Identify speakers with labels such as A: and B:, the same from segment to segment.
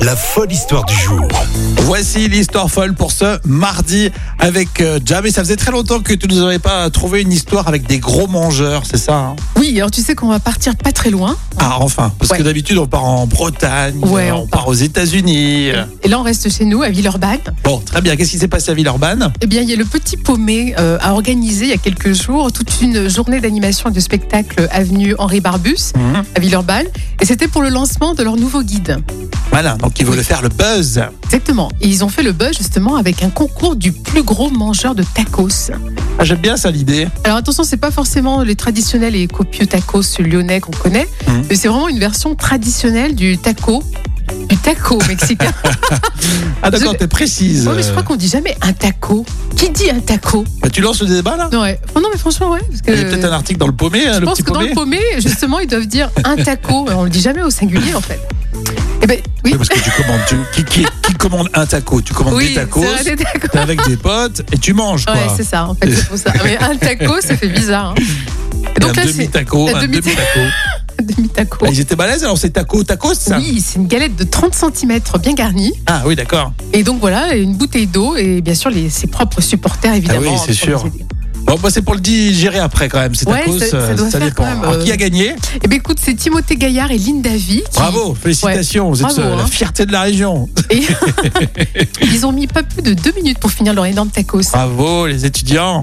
A: La folle histoire du jour.
B: Voici l'histoire folle pour ce mardi avec euh, Jam. Et ça faisait très longtemps que tu nous avais pas trouvé une histoire avec des gros mangeurs, c'est ça hein
C: Oui, alors tu sais qu'on va partir pas très loin.
B: Ah, enfin. Parce que
C: Ouais.
B: d'habitude, on part en Bretagne,
C: Ouais,
B: euh, on,
C: on
B: part
C: part.
B: aux États-Unis.
C: Et là, on reste chez nous, à Villeurbanne.
B: Bon, très bien. Qu'est-ce qui s'est passé à Villeurbanne
C: Eh bien, il y a le petit paumé euh, à organiser il y a quelques jours, toute une journée d'animation et de spectacle avenue Henri Barbus à Villeurbanne. Et c'était pour le lancement de leur nouveau guide.
B: Voilà, donc ils veulent faire le buzz.
C: Exactement. Et ils ont fait le buzz justement avec un concours du plus gros mangeur de tacos.
B: Ah, J'aime bien ça, l'idée.
C: Alors attention, c'est pas forcément les traditionnels et copieux tacos lyonnais qu'on connaît,
B: Mhm.
C: mais c'est vraiment une version traditionnelle du taco, du taco mexicain.
B: Ah, d'accord,
C: Je-
B: t'es précise.
C: Ouais, mais je crois qu'on dit jamais un taco. Qui dit un taco
B: Bah, tu lances le débat, là
C: non, ouais. Oh non, mais franchement, ouais. Parce que
B: Il y a peut-être un article dans le paumé, hein,
C: je
B: le
C: pense
B: petit
C: que dans
B: paumé.
C: le paumé, justement, ils doivent dire un taco. On le dit jamais au singulier, en fait. Eh ben, oui.
B: Oui, parce que tu commandes. tu- qui, qui- qui commande un taco Tu commandes
C: Oui,
B: des tacos,
C: c'est vrai, des tacos.
B: t'es avec des potes et tu manges, quoi.
C: Ouais, c'est ça, en fait, c'est pour ça. Mais un taco, ça fait bizarre. hein. Et
B: Et
C: Donc
B: un
C: là, c'est
B: demi-taco,
C: un
B: un
C: demi-taco.
B: demi-taco.
C: un demi-taco.
B: Ah, Ils étaient balèzes, alors c'est taco, tacos, ça
C: Oui, c'est une galette de 30 cm bien garnie.
B: Ah oui, d'accord.
C: Et donc voilà, une bouteille d'eau et bien sûr les, ses propres supporters, évidemment.
B: Ah oui, c'est
C: pour
B: sûr.
C: les aider.
B: Bon, bah, c'est pour le digérer après quand même. C'est
C: Ouais,
B: tacos,
C: ça- ça
B: euh,
C: doit faire
B: dépend.
C: quand même,
B: Alors,
C: euh,
B: qui a gagné
C: Eh bien écoute, c'est Timothée Gaillard et Linda V. qui-
B: Bravo, félicitations. Vous êtes
C: bravo,
B: euh, la
C: hein.
B: fierté de la région.
C: Et ils ont mis pas plus de deux minutes pour finir leur énorme tacos.
B: Bravo, les étudiants.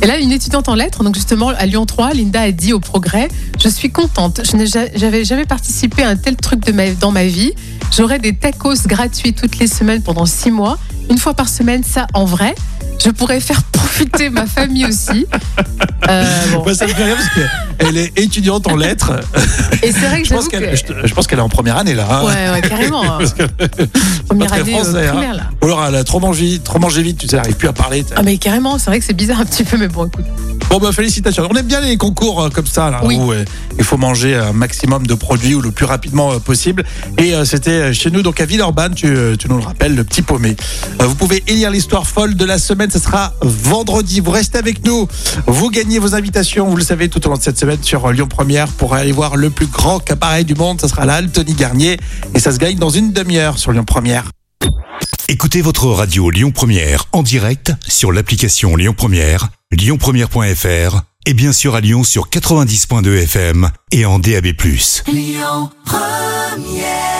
C: Et là, une étudiante en lettres, donc justement à Lyon 3, Linda a dit au Progrès Je suis contente, je n'ai ja- j'avais jamais participé à un tel truc de ma- dans ma vie. J'aurai des tacos gratuits toutes les semaines pendant six mois, une fois par semaine, ça en vrai. Je pourrais faire profiter ma famille aussi. Euh, bon.
B: Moi, ça me fait rire parce qu'elle est étudiante en lettres.
C: Et c'est vrai que
B: Je pense
C: j'avoue
B: qu'elle
C: que-
B: je- je pense qu'elle est en première année là. hein.
C: Ouais, ouais, carrément. hein.
B: pas
C: Première
B: très
C: année euh,
B: français, hein.
C: primaire, là.
B: Ou alors elle a trop mangé, trop mangé vite, tu sais, elle n'arrive plus à parler. t'as-
C: Ah, mais carrément, c'est vrai que c'est bizarre un petit peu, mais bon, écoute.
B: Bon, bah félicitations. On aime bien les concours euh, comme ça, là,
C: Oui.
B: où euh, il faut manger un maximum de produits ou le plus rapidement euh, possible. Et euh, c'était euh, chez nous, donc à Villeurbanne, tu, euh, tu nous le rappelles, le petit paumé. Euh, vous pouvez élire l'histoire folle de la semaine, ce sera vendredi. Vous restez avec nous, vous gagnez vos invitations, vous le savez, tout au long de cette semaine sur euh, Lyon Première pour aller voir le plus grand cabaret du monde. Ça sera là, le Tony Garnier. Et ça se gagne dans une demi-heure sur Lyon Première.
A: Écoutez votre radio Lyon Première en direct sur l'application Lyon Première, lyonpremière.fr et bien sûr à Lyon sur 90.2 FM et en DAB+.
D: Lyon Première